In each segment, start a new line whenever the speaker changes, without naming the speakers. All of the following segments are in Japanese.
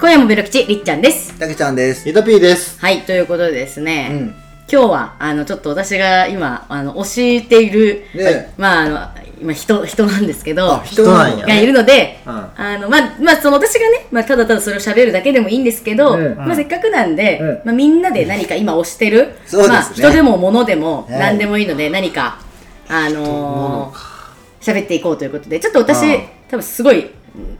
今夜もベロ吉りっちゃんです
たけちゃんです。
ゆとぴーです。
はいということでですね、
うん
今日はあのちょっと私が今あの推している、
ね
はいまああの今人人なんですけど
あ、人なんや。
人なん
が
や
いるので、
うん
あのまあ、まあその私がね、まあ、ただただそれを喋るだけでもいいんですけど、
うん
まあ、せっかくなんで、
うん
まあ、みんなで何か今推してる、
そうですね
まあ、人でも物でも
はい
何でもいいので何か、あのー喋っていこうということでちょっと私
うん
多分すごい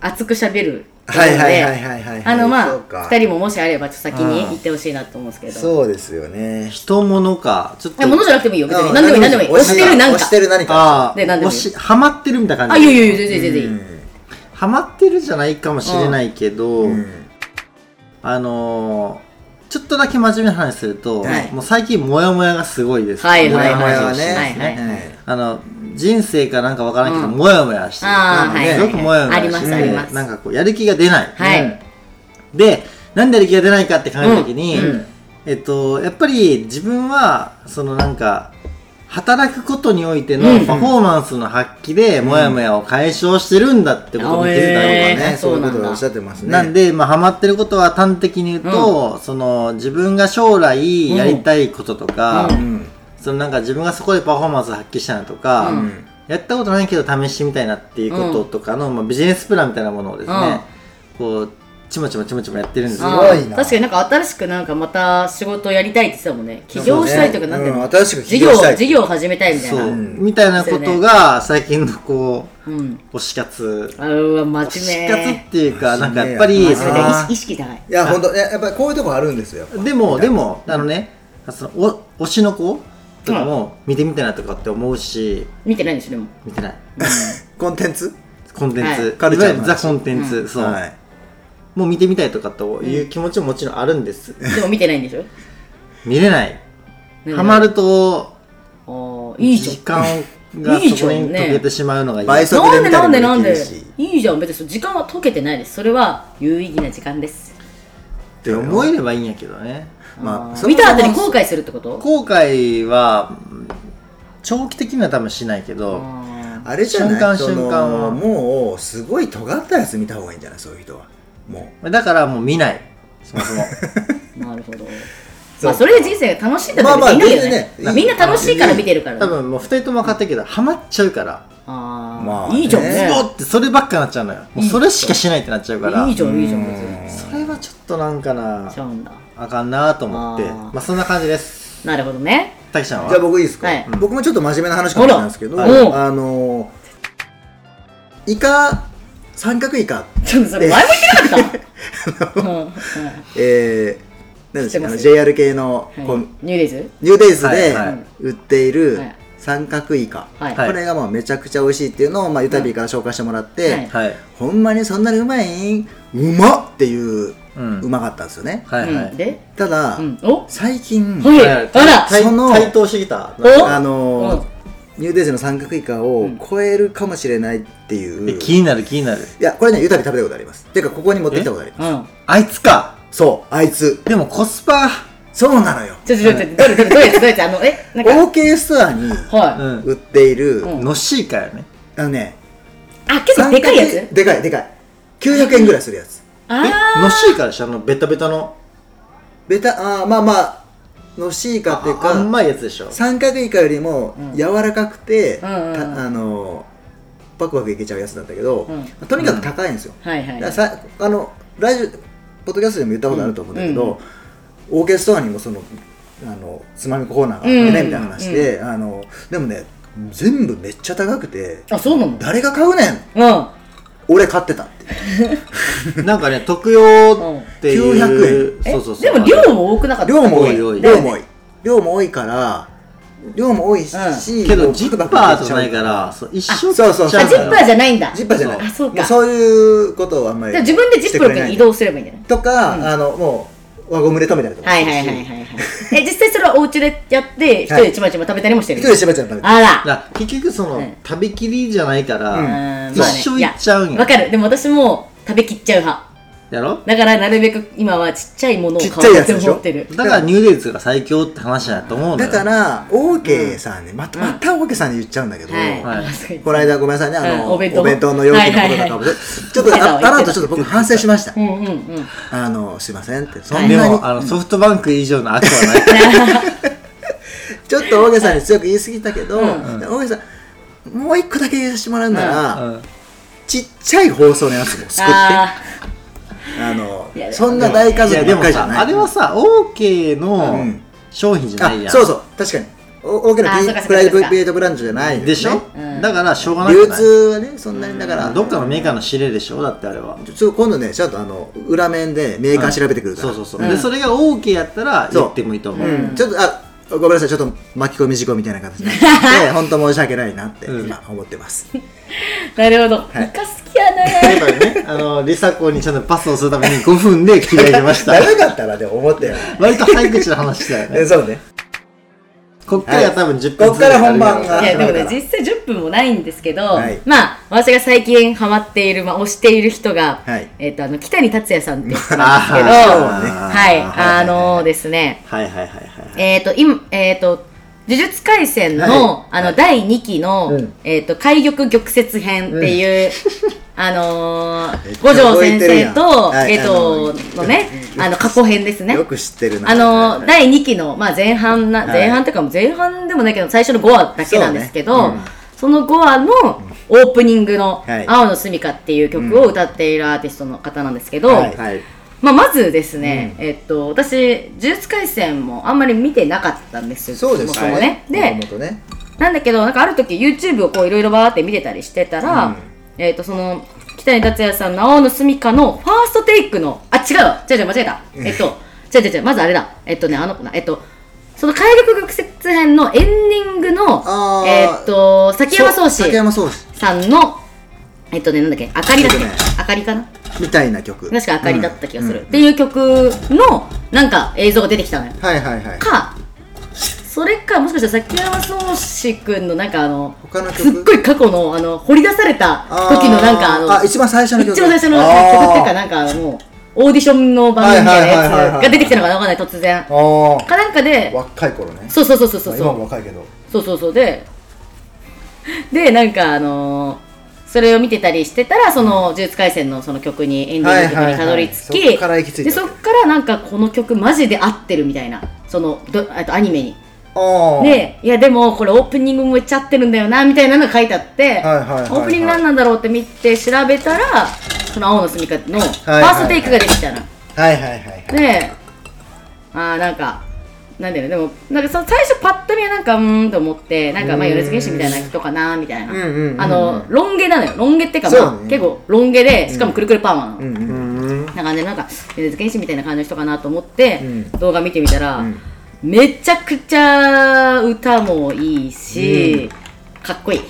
熱く喋ると思う
は
の
い
で
はいはいはいはいはい。
あのま
そう
あ
か
二人ももしあればちょっと先に
うん
行ってほしいなと思うんですけど
そうですよね。
人物か。ちょっ
いや
と。
物じゃなくてもいいよ別に
うん
何でもいい何でもいい推してる何
推して
か
る何か。
ああ。
でなんでもいい
し、ハマってるみたいな
あ
感
い
じ。
やいやいや全然全然いい
ハマってるじゃないかもしれないけど、
うん
あのー、ちょっとだけ真面目な話すると、
はい
もう最近モヤモヤがすごいです。
はい
モ
はい
ヤ
は
モ
い
ヤは
はいはい
ね。
はい
うん
あの、人生かなんかわからんけど、
うん
モヤモヤしてる。
あ
ー
なんか
はい
すごくモヤモヤ
あ
して
りますあります
なんかこう、やる気が出ない。
はい
うん
で、なんでやる気が出ないかって考えたときに、
うん
うん
えっと、やっぱり自分は、そのなんか、働くことにおいて
う
の
ん
パフォーマンスの発揮で、モヤモヤを解消してるんだってことを見てた
あ
よ
え
う
ー
なね。
ね、そういうこと
そうなんだ
をおっしゃってますね。
なんで、まあ、ハマってることは端的に言うと、その、自分が将来やりたいこととか、
うん
うん。
そのなんか自分がそこでパフォーマンス発揮したいなとか、
うん
やったことないけど試してみたいなっていうこととかの、まあ、ビジネスプランみたいなものをですね、こうちもちもちもちもやってるんですよ、
すごいな
あー確かになんか新しくなんかまた仕事やりたいって言ってたもんね起業したいとかなんていう
う
の
ん新しく
事
起
業
業したい
事業を始めたいみたい
そう、
な
うん
みたいなことが最近のこ
うん
う推し活
あうわ
推
真面
し活
目
っていうか
真
な
面目
んか
や
やっぱり
真面目
あ
だ
ー
意識高い
いや、本当ややっぱりこういうとこあるんですよ。
でもでもあのねそのお推しの子とかも見てみたいなとかって思うし
見てないんでしょでも
見てない
コンテンツ
コンテンツ、
はい
カルチャーの話
いわゆるザ・コンテンツ、そう、
はい。
もう見てみたいとかという気持ちももちろんあるんです、
でも見てないん でしょ
見れない
なんで
ハマると
あーいいじゃん
時間が
いいじゃん
そこに溶けてしまうのが嫌
ね倍速
なんでなんでな
なんんで
で
見たりもできるし
いいじゃん別にそう時間は溶けてないですそれは有意義な時間です
って思えればいいんやけどね
ま
あー
あその
見た後に後悔するってこと
後悔はうん長期的には多分しないけど
あ
あれじゃない
瞬間
その
瞬間は
もう、すごい尖ったやつ見た方がいいんじゃないそういう人は。も
だからもう見ないそもそも
ーなるほど
そう
まあそれで人生が楽しいんだったら別にいいんだけどね
まあまあ全然ね
み
いい
んな 楽しいから見てるからね
多分もう2人とも分かったけどハマっちゃうから
あー、
まあ
いいじゃん
ね
ね
ズボってそればっかなっちゃうのよもうそれしかしないってなっちゃうから
いいじゃんいいじゃん
うん
別に
それはちょっとなんかな
ちゃうんだ
あかんなと思って
あー
まあそんな感じです
なるほどね
たきちゃん
う。
は
じゃあ僕いいですか、
はい
僕もちょっと真面目な話かもしれないんですけど、
あらおう
あのー、イカ、三角イカ
ちょっとそれ前も言ってなかった、うんうん
えー、なんで
知
すか、
ってます
あの JR 系のこ
は
う、
い、ニューデイズ
ニューデイズで
はい
はい
売っている
はい
三角イカ、
はい
これがもうめちゃくちゃ美味しいっていうのを、まあ、ユタビーから紹介してもらって、
はい
はい
ほんまにそんなにうまいんうまっっていう、う
うん
まかったんですよね、
はいは
う
い
ん、で、
ただ、
うん、お
最近、
はい
はい
あら
対
その
対等してきた
お
あのー
うん
ニューデイズの三角イカを超えるかもしれないっていう、
え
い
気になる気になる
やこれねユタビー食べたことありますっていうかここに持ってきたことあります
うん
あいつか
そうあいつ
でもコスパ
そうなのよ
ちょちょちょ、どれどれどれどれあの、え、なんか、
OK ストアに
はい、
うん
売っている、
うん
のっしーかよね
あのね
あ、結構でかいやつ
でかいでかい900円ぐらいするやつ
あ
えのっしーかでしょあのベタベタの
ベタあーまあまあのしいかっていう
あん
か
まいやつでし ょ
三角イカよりも
うん
柔らかくて、
うんうんうん
たあのーバクバクいけちゃうやつなんだけど、
うん
とにかく高いんですよ、
ーはいはい
だからさあのラジオポッドキャストでも言ったことあると思うんだけど、
うんうん
オーケストラにもそのあのつまみコーナーがあってね、
うん
みたいな話で、あのでもね全部めっちゃ高くて
あ、そうなの
誰が買うねん
う
俺買ってたって
なんかね特用っていう
900
ん。
そうそうそう
えでも量も多くなかった。
量も多い
多い多い
量も多い量も多いから量も多いし、
け
も
ど
う
ジ
バク
ッ
バクい
パー
け
じ
ち
ゃ
う
ないからそう一生
そうそう
食っち
そう
ゃ
あ、
う
ジ
の
ッ
よ
パーじゃないんだ。
ジッパーじゃない
あ、そう
も
か。
うそういうことはあんまり
じゃあ自分でジップロックに移動すればいいんじゃない
とか、
うん
あのもう輪ゴムで止めたりとか
はいはいはいはいはい。え、実際それはお家でやって、一人でちまちま食べたりもして
一
る。
人でしばちゃん食べて
あら。
だから結局そ
うん
の食べきりじゃないか
うん
う
ら
ん
一生いっちゃ
い
うんよ
やわかる。でも私も食べきっちゃう派。
やろ
だからなるべく今はちっちゃいものを
ちっ
買
ちゃい
お
や
う
つ
と
でしょ
思ってる
だからニューデイズが最強って話だと思うの
だ
よ
から、オーケーさんね、また、またオーケーさんに言っちゃうんだけど、
はい、
はい
あそう
この間ごめんなさいね、あ
うん
の、
お
お
弁
弁
当
当の容器のこととかもね、ちょっと、ああなたちょっと僕反省しました。
うんうんうん
あの、すいませんって、そん
で
なに
も、あのソフトバンク以上の悪はない
ちょっと大げさに強く言い過ぎたけど、
うん
大げさもう一個だけ言わせてもらうなら、
うん
ちっちゃい放送のやつも救ってあ
あ
の
いや
そんな大家
いや
族ば
で
っ
も
かりじゃ
さ
ない
あれはさ OK
う
の
ん
商品じゃない
あ
やん
そうそう確かにお大き
あそ
な
うかそうか
プライ
そうか
ベートブランドじゃないのね
でしょ、
うん
だからしょうがな
流
くない
通はねそんなにだから、
どっかのメーカーの指令でしょだってあれは
ちょ今度ねちゃんとあの裏面でメーカー調べてくるから、
そうそうそう、
うん
でそれが OK やったら言ってもいいと思う、
うんちょっとあごめんなさいちょっと巻き込み事故みたいな形で本当申し訳ないなって
うん
今思ってます、
ーなるほど、
い
イカ好きや
や
ね
っぱりね、あの、リサ子にちゃんとパスをするために5分で切り上げました。
長かったらでも思ったよ
割と早口の話だよ
え
ね。
そうね
こっからが多分10分
こっから本番が
いやでも
だ
ね
から
実際10分もないんですけど、
はい
まあ私が最近ハマっている、まあ、推している人が、
はい
えっ、とあの北谷達也さんっていう人なんですけど
あー
はいあのーですね
はいはいはいはい。
えっ、と今えっ、と呪術廻戦の、あの、第2期の、
うん
えっ、と、海玉玉折編っていう、あの
め
ー、
っちゃ
五条
覚え
先
てる
生
やん
と、
はい
えっ、と、
あの
のね、あの、過去編ですね。
よく知ってるな
あの、
はい
第2期の、まあ、前半な、
い
前半というかもう前半でもないけど、最初の5話だけなんですけ
そ
ど、
うね
その5話のオープニングの
はい
「青のすみか」っていう曲を歌っているアーティストの方なんですけど、
はい
はい。
まあ、まずですね、えっと、私「呪術廻戦」もあんまり見てなかったんですよ
そうです
そもそもね。で
もともとね
なんだけどなんかある時 YouTube をこういろいろバーって見てたりしてたら、
うん
えっとその北谷達也さんの「青のすみか」のファーストテイクのあ違うわ違う違う間違えたえっと違う違う違うまずあれだえっとねあのえっとその「海陸学説編」のエンディングの
あー
えっと崎山宗
そ
志
う竹山宗志
さんのえっとねなんだっけあかりだっけ、
えっとね
あかりかな
みたいな曲
確かあかりだった気がする、
うん
っていう曲のなんか映像が出てきたのよ
うんはいはいはい
かそれかもしかしたら崎山宗志くんのなんかあの
他の曲
すっごい過去のあの掘り出された
あー
時のなんかあの
あ一番最初の曲
一番最初の曲っていうかなんかもうオーディションの番組みたいな
はいはいはい
やつ
はい
が出てきたのかなわかんない突然
あー
かなんかで
若い頃ね
そうそうそうそうそう
まあ今も若いけど
そうそうそうででなんかあのーそれを見てたりしてたらその「呪術廻戦」のその曲にエンディング曲にたどり着
はい
き
はいはいそっから行き着いた
でそっからなんかこの曲マジで合ってるみたいなそのどあとアニメに
ああ
でいやでもこれオープニングもめっちゃ合ってるんだよなみたいなのが書いてあって、
はいはいはいはい
オープニング何なんだろうって見て調べたらその青のすみかのファーストテイクが出てきたの、
はいはいはいはい
であーなんかなんだよねでもなんかその最初パッと見はなんかうーんと思ってなんかまあ
うーん
米津玄師みたいな人かなみたいな、
うんうんうんうん
あのロン毛なのよロン毛っていうか、まあ
そうね
結構ロン毛でしかもくるくるパーマなの、
うんう
うんん。
なんかね、なんか、米津玄師みたいな感じの人かなと思って、
うん
動画見てみたら、
うん
めちゃくちゃ歌もいいし、かっこいい、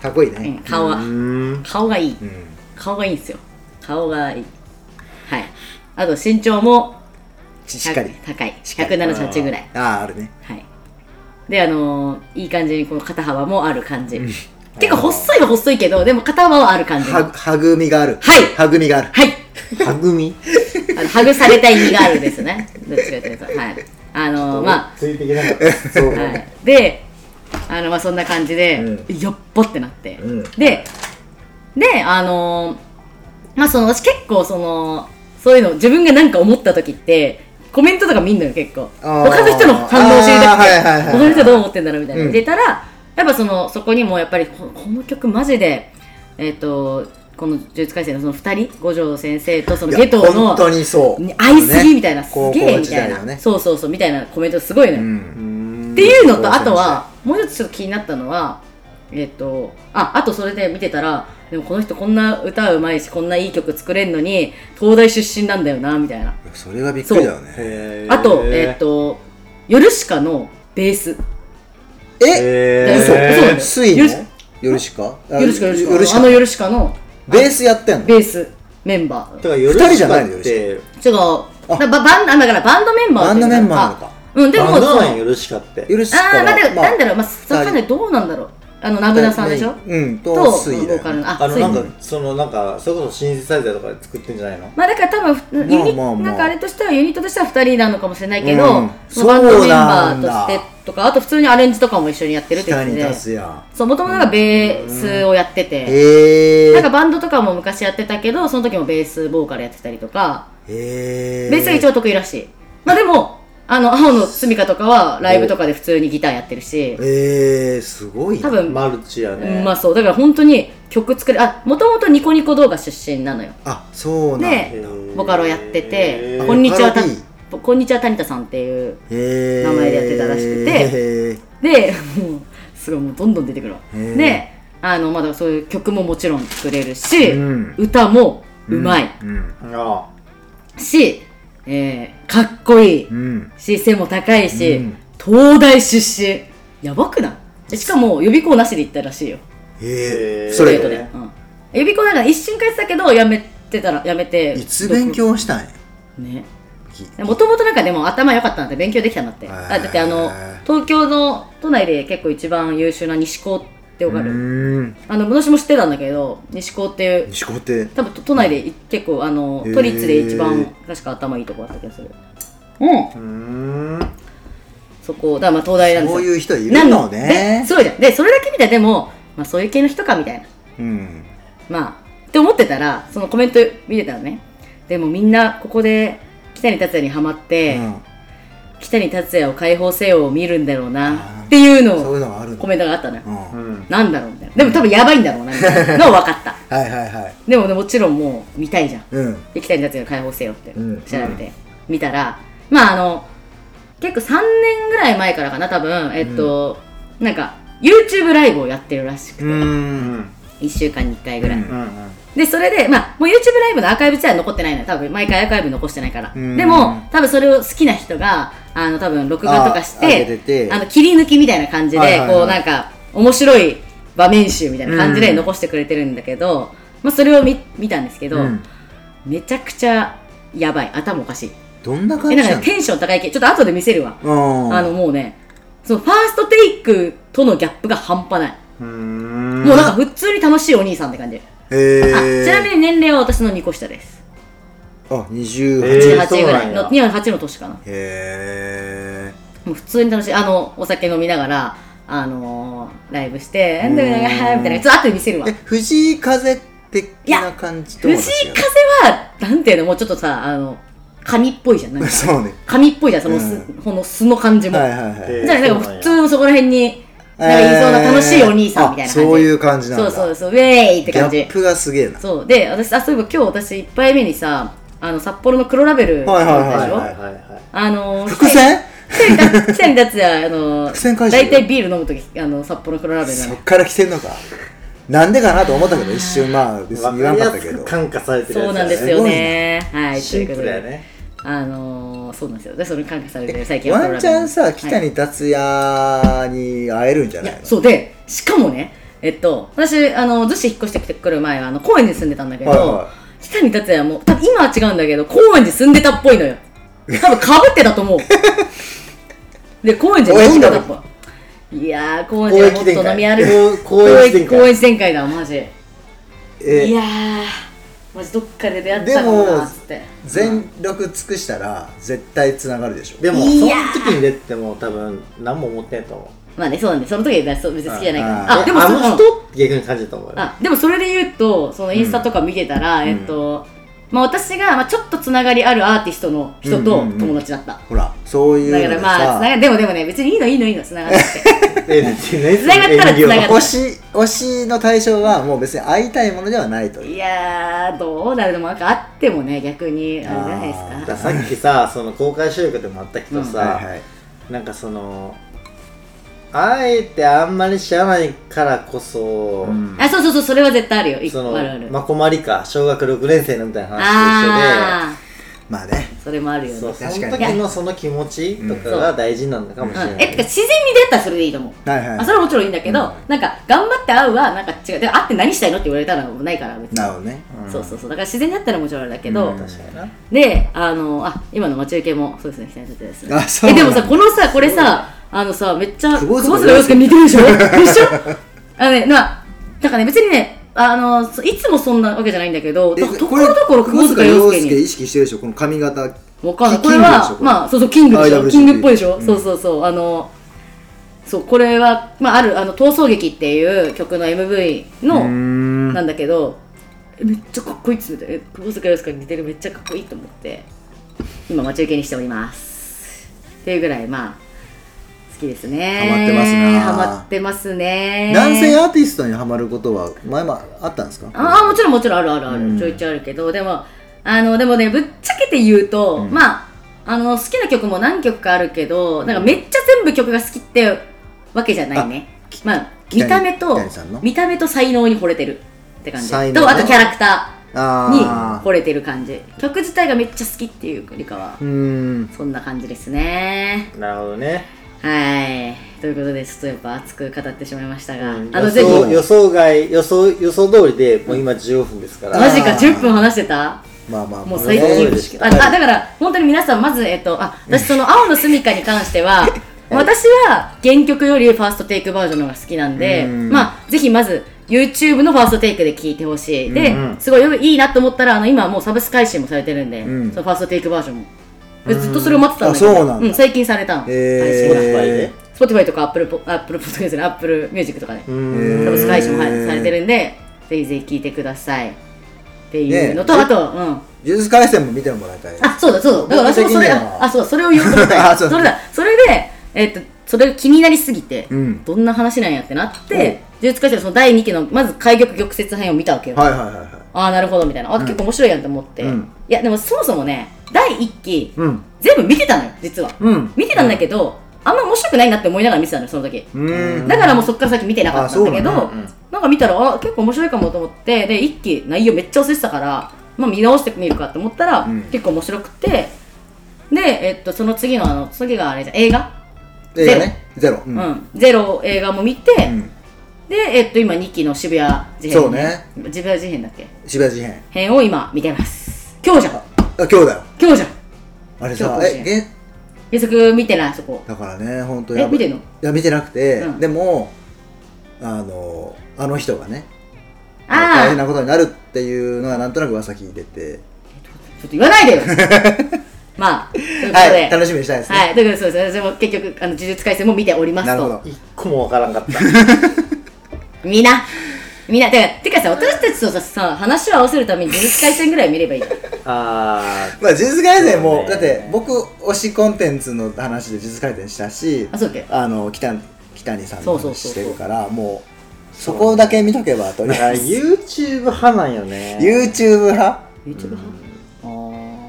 かっこいい
うん
ね
顔が、
うん。
顔がいい。
うん
顔がいいんですよ。顔がいい。はい。あと、身長も
ししっかり
高い。
っかり
178ぐらい。
あああるね
はい。で、あのーいい感じにこの肩幅もある感じ。結構細いは細いけど、でも肩幅はある感じ。
は
は
はぐみがある
はい
はぐみがある
い。
はぐみ
あのハグされた意味があるですね。どっちかというと。はい。あのーまあ、
ついていけなかった。そう。
はい、であの、まあ、そんな感じで、
う
よっぽってなって、
うん
でであのーまあその私結構そのそういうの自分が何か思った時ってコメントとか見んのよ結構
あー
他の人の反応を知りたくて、
あーはいはいはいはい
他の人どう思ってんだろうみたいな、
うん
見てたらやっぱそのそこにもやっぱりここの曲マジでえっ、とこの呪術廻戦のその2人五条先生とその
いや
下等の
本当にそう
ね愛すぎみたいな、
ね
すげえみたい
高校時代
な、
のね
そうそうそうみたいなコメントすごいのよ、
うん
ん
っていうのと、
うん
あとは、もう一つちょっと気になったのは、えっ、と、あ、あとそれで見てたら、でもこの人こんな歌うまいし、こんないい曲作れんのに、東大出身なんだよな、みたいな。
それはびっくりだよね
へー
あと、えっ、、と、ヨルシカのベース。
え
嘘
え
嘘
ー、
つい
よ
に
ろし
よろしか
ヨルシカ、ヨルシカ。
よろし
あのヨルシカの
ベースやってんの
ベースメンバー。
とか、よ
二人じゃないの
ろしかって。
違う。だババンあだからバンドメンバーっていう
バンドメンバーなのか
あうん、でも、
バンドマン
そう
よろしかって。
よろしか
あーなんだろう、
ま
なんだろう、まあ、そ
二人
わかんない、どうなんだろう。あの、ナブナさんでしょ
うんと
と、
水だ
ボ
よ
ーカルの、あ、
あの
水
なんかそのなんかそれこそシンセサイザーとかで作ってんじゃないの
まあだから多分ふユニット、
まあまあまあ
なんかあれとしてはユニットとしては2人なのかもしれないけど、
うん
そのバンドメンバ
そうなん
ーとし
だ
てとかあと普通にアレンジとかも一緒にやってるって
下
感
に
じで
出すや
そうもともとがベースをやって
ん
て、
へ
なん
え
かバンドとかも昔やってたけどその時もベースボーカルやってたりとか、
へえ
ベースが一番得意らしいまあでもあの青の住みかとかはライブとかで普通にギターやってるし
えー、すごいな
多分、
マルチやね、
まあそうだから本当に曲作りあもともとニコニコ動画出身なのよ
あそうなん
でボカロやってて
へー
こんにちは
ボカ
た
ロ D
こんにちは谷田さんっていう
へえ
名前でやってたらしくて
へ
でもうすごいもうどんどん出てくるわ
へー
であのまだそういう曲ももちろん作れるし、
えうん
歌もうまい
うん
あ
し、えーかっこいい
うん
し背も高いし、
うん
東大出身やばくないでしかも予備校なしで行ったらしいよ
へえ
へー
そ
スト
れ
レートで、うん、予備校なんか一瞬通ってたけどやめてたらやめて
いつ勉強したんや
ねもともとなんかでも頭良かったんだって勉強できたんだって
へ
あ
ー
だってあの東京の都内で結構一番優秀な西高ってわかる
うん
あの私も知ってたんだけど西高っていう
西高って
多分都内で結構あの
へー
都立で一番確か頭いいとこだった気がするうん
あうーん
そこだからまあ東大なんですよ
そういう人い
な
るの
ので
ね
そうじゃんでそれだけ見たらでも、まあ、そういう系の人かみたいな
うん
まあって思ってたらそのコメント見てたらねでもみんなここで北に達也にハマって、
うん
北に達也を解放せよを見るんだろうなっていう
そう
の
い
を
うのがあるの
コメントがあったのよ
うん
う
は
ん
なんだろうみたいなでも多分やばいんだろうなみたいなのは分かった
いはいはい
でもねもちろんもう見たいじゃん
うん
で北に達也が解放せよって調
うん
べて見たらまああの結構3年ぐらい前からかな多分えっとなんか YouTube ライブをやってるらしくて
うんうん
1週間に1回ぐらい
うん
うん
で、それで、まあ、もう YouTube ライブのアーカイブ自体は残ってないのよ。多分、毎回アーカイブ残してないから。
うん
でも、多分それを好きな人が、あの、多分録画とかし
あ上げ
て、
てて
あの、切り抜きみたいな感じで、
はいはいはい
こう、なんか、面白い場面集みたいな感じで
うん
残してくれてるんだけど、まあ、それを見見たんですけど、
うん
めちゃくちゃ、やばい。頭おかしい。
どんな感
え、
じ
なんか
な
ね
の
テンション高い系、ちょっと後で見せるわ。
うん
あの、もうね、その、ファーストテイクとのギャップが半端ない。
うーん
もうなんか、普通に楽しいお兄さんって感じ。
へ
あ
え
ちなみに年齢は私の2個下です。
あ二十
へー
八
28ぐらい
そうなん
の、
や
28の年かな。も
へえ
う普通に楽しい。あの、お酒飲みながら、あのー、ライブして、
うん
で、はいみたいな。ちょっと後で見せるわ
え。藤井風的な感じと
藤
は
井
違う
風は、なんていうの、もうちょっとさ、あの、紙っぽいじゃん。なんか
そうね
紙っぽいじゃん、そのす、この素の感じも。
はい
じ
はいはい
え
ゃあ、なんか
そうなん
普
や
通のそこら辺に、なんかいそうな楽しいお兄さんみたいな感じ。
えーあそういう感じなん
そ
だ
うそうそう、ウェーイって
ギ
感
ャ
じ
ッ。プがすげえな
そう。で、私、あ、そういえば今日私、一杯目にさ、あの、札幌の黒ラベル、
はいはい
飲んだでしょ
はい
はいはい
あのー、
伏線
北に立北に立也、あの、
伏線回収
大体ビール飲むとき、あの、札幌黒ラベルなの
そ
よ
っから来てんのかなんでかなと思ったけど一瞬まあ別
わ
に言わ
かり
な
や
かったけ
す
ど
く感化されて
そ
る
う
やつ
な
だ
ん
ね
ですよね。はい、とい
シ
う
ン
こ
プ
と
ルや
で。
ね
あのー、そうなんですよ。で、それに感化されて、最近は
ワンチャンさ
黒ラ
北
ベル
に達也に会えるんじゃ
はい
ない
や、
い
そうで、しかもね、えっと、私、あの、逗子引っ越してきてくる前は、あの、高円寺に住んでたんだけど、
はいは
北に達也も、多分今は違うんだけど、高円寺に住んでたっぽいのよ。多分かぶってたと思う。で、高円寺に飲んでたっぽい。いやー、高円寺はもっと飲み歩く。
こうこ
公
ういう
園
展
公
開
園展開だマジい
のえ
やーマジどっかで出会ったかもなっつって
全力尽くしたら絶対つながるでしょ
でもそ
い
の
や
時に出ても多分何も思ってないと思
まあねそうなんでその時はそう別に好きじゃないか
あ
らあ
う
でも
あ
そ
の人
の
って逆に感じると思うよ
あでもそれで言うとそのインスタとか見てたら、
ん
えっとまあ私が、まあ、ちょっとつながりあるアーティストの人と
うんうんうん
友達だった、
ほらそういうの
だからまあつながでもでもね別にいいのいいのいいのつながって
え何何
繋がったら
遠慮
繋がる
推し推しの対象はもう別に会いたいものではないと いう
いやーどうなるのもなんかあってもね逆にあれじゃないです
あー
か
だからさっきさその公開収録でもあったけどさ、
はいはい
なんかそのあえてあんまり知らないからこそ、
うん
あそうそうそうそれは絶対あるよ一
そ
個
の
あるある、
まこまりか小学6年生のみたいな話
ああ
まあね
それもあるよね
と一緒でそ
確
うそ
かに
の時のその気持ちとかが大事なのかもしれ
う
ない、
ん、えてか自然に出会ったらそれでいいと思う、
はいはい
あそれはもちろんいいんだけど、なんか頑張って会うはなんか違うで会って何したいのって言われたらもうないから別に、
なるほどね
そうそうそうだから自然に会ったらもちろんあれだけど、
うん
確かにな
であのあ今の待ち受けもそうですね北に立也ですね
あそう
え
なん
で
だ
もさこのさこれさあのさめっちゃ
久保
久
塚
保塚洋介似てるでしょでしょあのね、まあ、なんかね、別にね、あの、そいつもそんなわけじゃないんだけど、と
え
ところどころ窪
窪
塚
塚
洋
洋
介
介
に。
意識してるでしょこの髪型
わかんない。
キ
これ
キングでし
は、
ょこれ
まあ、そうそう、キングでしょ。
IWGP
キングっぽいでしょ。
うん
そうそうそう。あの、そう、これは、まあ、ある、あの、逃走劇っていう曲の MV
うー
の、
ん
なんだけど、えめっちゃかっこいいっつって、え窪塚洋介に似てる、めっちゃかっこいいと思って、今、待ち受けにしております。っていうぐらい、まあ、好きですね。
ハマってますな
ハマってますね。
男性アーティストにハマることは前もあったんですか
ああもちろんもちろんあるあるある、
うん
ちょいちょいあるけどでもあのでもねぶっちゃけて言うと、
うん
まああの好きな曲も何曲かあるけどなんかめっちゃ全部曲が好きってわけじゃないねまあ見
北
た
谷
目と
北谷さんの
見た目と才能に惚れてるって感じ、
才能ね
とあとキャラクターに
ああ
惚れてる感じ曲自体がめっちゃ好きっていうよりかは
うーん
そんな感じですね
なるほどね、
はいということでちょっとやっぱ熱く語ってしまいましたが、
うん
あの
予
ぜひ
想予想外予想予想通りでもう今15分ですから、
マジか
あー
10分話してた
まあまあ
もう
まあ
最
近
ね
近ああだから本当に皆さんまずえっとあ私その青の住みかに関しては私は原曲よりファーストテイクバージョンの方が好きなんで
うん
まあぜひまず YouTube のファーストテイクで聴いてほしいで、
うんうん
すごいいいなと思ったらあの今はもうサブスク配信もされてるんで、
うん
そのファーストテイクバージョンもでずっとそれを待ってたんだけど
あそうなんだ
最近されたの、
え
配信が
ー
Spotify で
Spotify とか Apple ポ Apple ポッドキャストね Apple ミュージックとかで、
うん
サブスク配信も
へー
されてるんでぜひぜひ聴いてくださいっていうのと、
ね
あとうん
呪術廻戦も見てもらいたい
あ、そうだそうだ。だから私もそれ、
僕的には
あ、そうだ、それを言おうと思った
あ
そ
そう
れだ、それで、えっと、それが気になりすぎて、
うん
どんな話なんやってなって、呪術廻戦のその第2期の、まず、開玉玉折編を見たわけよ。
はいはいはいはい
ああ、なるほど、みたいな。あ、結構面白いやんと思って。
うん
いや、でもそもそもね、第1期、
うん
全部見てたのよ、実は。
うん
見てたんだけど、あんま面白くないなって思いながら見てたのよ、その時。
うーん
だからもうそっから先見てなかったんだけど、
あそう
なんか見たら、あ、結構面白いかもと思って、で、一期内容めっちゃ忘れてたから、まあ見直してみるかと思ったら、
うん
結構面白くて、で、えっと、その次の、あの、次があれじゃん、映画、
映画ねゼロう
うんん、ゼロ映画も見て、
うん
で、えっと、今2期の渋谷事変、
そうね。
渋谷事変だっけ
渋谷事変
編を今見てます。今日じゃん
あ今日だよ
今日じゃん
あれ
今
さ
日甲子園
えげ
原作見てない、そこ。
だからね本当
え見てんの
いや見てなくて、
うん
でもあのあの人がね大
ああ
変、なことになるっていうのはなんとなく噂聞いて
ちょ
て
っと言わない でよまあ、ということで。
はい楽しみにしたいですね、
はい、ということでそうです。私も結局、あの、呪術廻戦も見ております
なるほ
と。
ど
一個もわからんかった
みんな、みんな、てか、てかさ、私たちとさ、さ話を合わせるために呪術廻戦ぐらい見ればいい。
あ
まあ、呪術廻戦
そ
も、
うね
だって僕推しコンテンツの話で呪術廻戦したし
あ、そうだっけ
あの北北谷さん
そ
の
うそう
話
そう
してるからもうそこだけ見とけばと
ー
り
だか
あ
ら
えず
YouTube 派なんよね
YouTube 派
?YouTube 派あー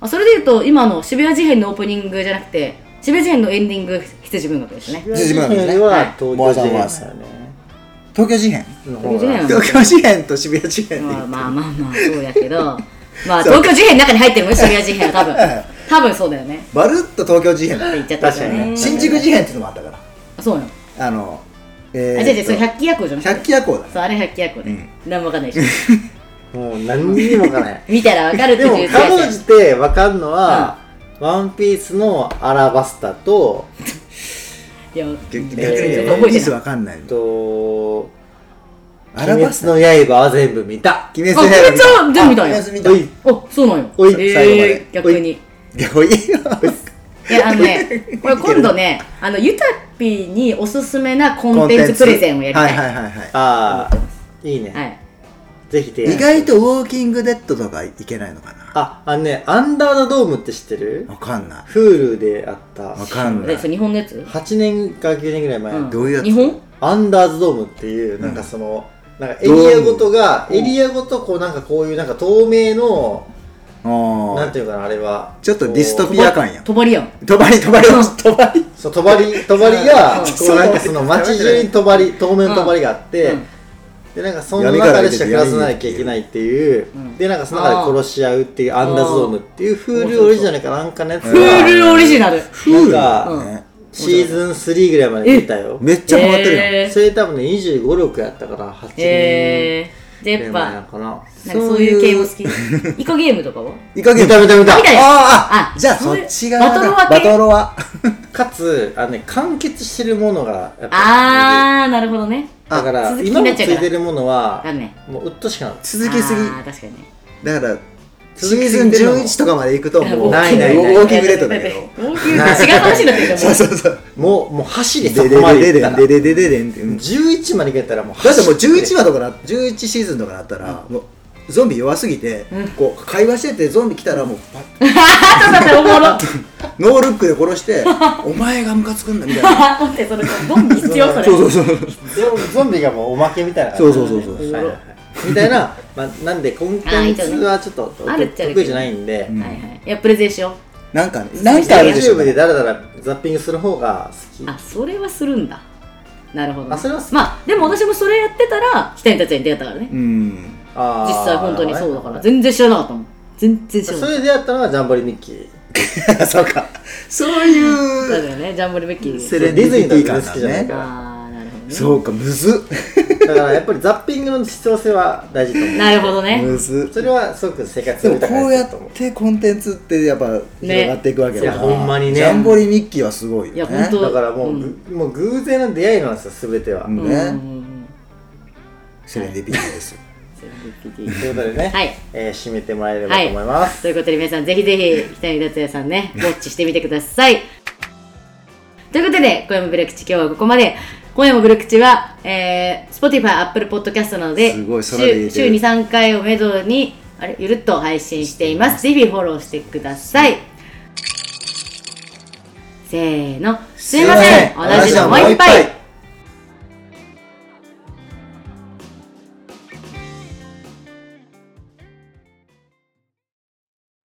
あ、それで言うと、今の渋谷事変のオープニングじゃなくて、渋谷事変のエンディング、羊文学ですね。
自分よりは東京事変
はい
だよね
東京事変
の
東京
方
事変
が
東京事変と渋谷事変で
まあまあまあまあ、そうやけ ど。まあ、東京事変の中に入ってるもん、渋谷事変は多分。多分そうだよね。
まるっと東京事変
って言っちゃったから
確かに
ね。
ね
新宿事変っていうのもあったから
あ、そうなの。
あの、え
あ、
ー
違う違う、それ百鬼夜行じゃなくて。
百鬼夜行だ。
そう、あれ百鬼夜行ね。なんもわかんないでしょ。
もう何にもわから ない
見たらわかるって
でも
言う
かろうじてわかんのは、ワンピースのアラバスタと
いや、
逆に
えー
ね、ワンピースわかんない
えっ。と
アラ
鬼滅
バスの
の刃は全部見た
鬼
あ、
滅
めっちゃ全部見たん
鬼
や。
滅見
おい
あ、そうなんよ。
おい
えー
最後まで
逆に。
た。おいや。
いや、あのね、これ今度ね、あの、ゆたぴーにおすすめなコンテンツプレゼンをやりたい。
は
はい
はいはいはい。
ああいいね、
い。
ぜひ提案
意外とウォーキングデッドとかいけないのかな。
ああのねアンダーザドームって知ってる
わかんな
Hulu であった
い。わかんな
で、
い
そ。れ日本のやつ
8年か9年ぐらい前、
うん
どういうやつ
日本
アンダーズドームっていうなんかその、なんかエリアごとが
ドーム
エリアごとこうなんかこういうなんか透明の、
お
なん
ー
ていうかなあれは
ちょっとディスト
こ
ピア感やん。
とばりやん。
とばりとばり とばり。
うそう帳帳が
うん
こうなんかその街中に帳透明の帳があって、
うん
でなんかその中でしか暮らさなきゃいけないっていう、
うん
でなんかその中で殺し合うっていうアンダーズドームっていうフールオリジナルかなんかのやつ
フー
が
ルオリジナル。
なん
う
か
ん
ね
シーズン3ぐらいまで出たよ
めっちゃハマってるやん。
え
それ多分ね2 5 6やったから8年、
えじゃあやっぱ
なのかな
なんかそういう系も好きイカゲームとかは
イカゲー
見
ム
た見た見た
見たよ
あーあ
あ
じゃあ
そ
そう
いう
っち側
バ
だ
トロワ系
バトロワ
かつあの、ね、完結してるものがやっぱ
あーなるほどね
だから
続き
今
にな
も
っ
つ
ちゃうから
いてるものは
だね
もううっとうしくなる
続きすぎ
あー確かにね
だからシ
続き
ー
す
ズン
ぎてるの
11とかまで行くともう
ないないない
ウォーキングレートだけど
ウォーキングレート違う話になってると
そう
思
そううそう
もうもう箸で
で
そ
で
こまで
で
いっ
で
たら
でででででんってうんだ
11までいけたらもう箸
ってもう11話とかな11シーズンとかだったらもうゾンビ弱すぎて
うん
こう会話しててゾンビ来たらもうパッ
あとだっておもろ
ノールックで殺して「お前がムカつくんだ」みたいな
待ってそれボンビ必要それ
そうそうそう
ゾンゾンビがもうおまけみたいな感じ
そうそうそうそう
はいはいはいみたいな、まあ、なんでコンテンツはちょっと
あるっちゃある
得意じゃないんで、
うん
はいはいいやプレゼンしよ
なんかねなんかあるでしょ
YouTube でだらだらザッピングする方が好
う
き
あそれはするんだなるほどね、
あそれはす
まあでも私もそれやってたら北にたちに出会ったからね
うん
あー
実際本当にそうだから
なる
全然知らなかったもん全然知
ほ
ら
ど
な
ね
かっ
それでやったのがジャンボリミッキー
そうかそう
ただ
いう
よねジャンボリベッキー
セレンディピティ感だ
ディズニーの方が好きじゃない
ね
か
ああなるほどね
そうかむず
だからやっぱりザッピングの必要性は大事と思う
なるほどね
むず
それはすごく生活
で
を
も
豊
こ
か
う
にす
や
ると思う
ってコンテンツってやっぱ広がっていくわけだから、
ねいやほんまにね
ジャンボリミッキーはすごいよね
いやほんと
だからもう,、
う
もう偶然の出会いなんですよ全ては、
うん
と
うんうんう
ね
ん
セレンディピティですよ
セレンディピティ
いうことでね、
はい
えー締めてもらえれば
は
と思います、
ということで皆さんぜひぜひ北に達也さんねウォッチしてみてくださいということで今夜もブレクチ今日はここまで今夜もブレクチは、えー、Spotify、Apple Podcast などです
ごい
週
空で言えてる
週に3回をめどにあれゆるっと配信していますぜひフォローしてくださいせーのすいません同じのもう一杯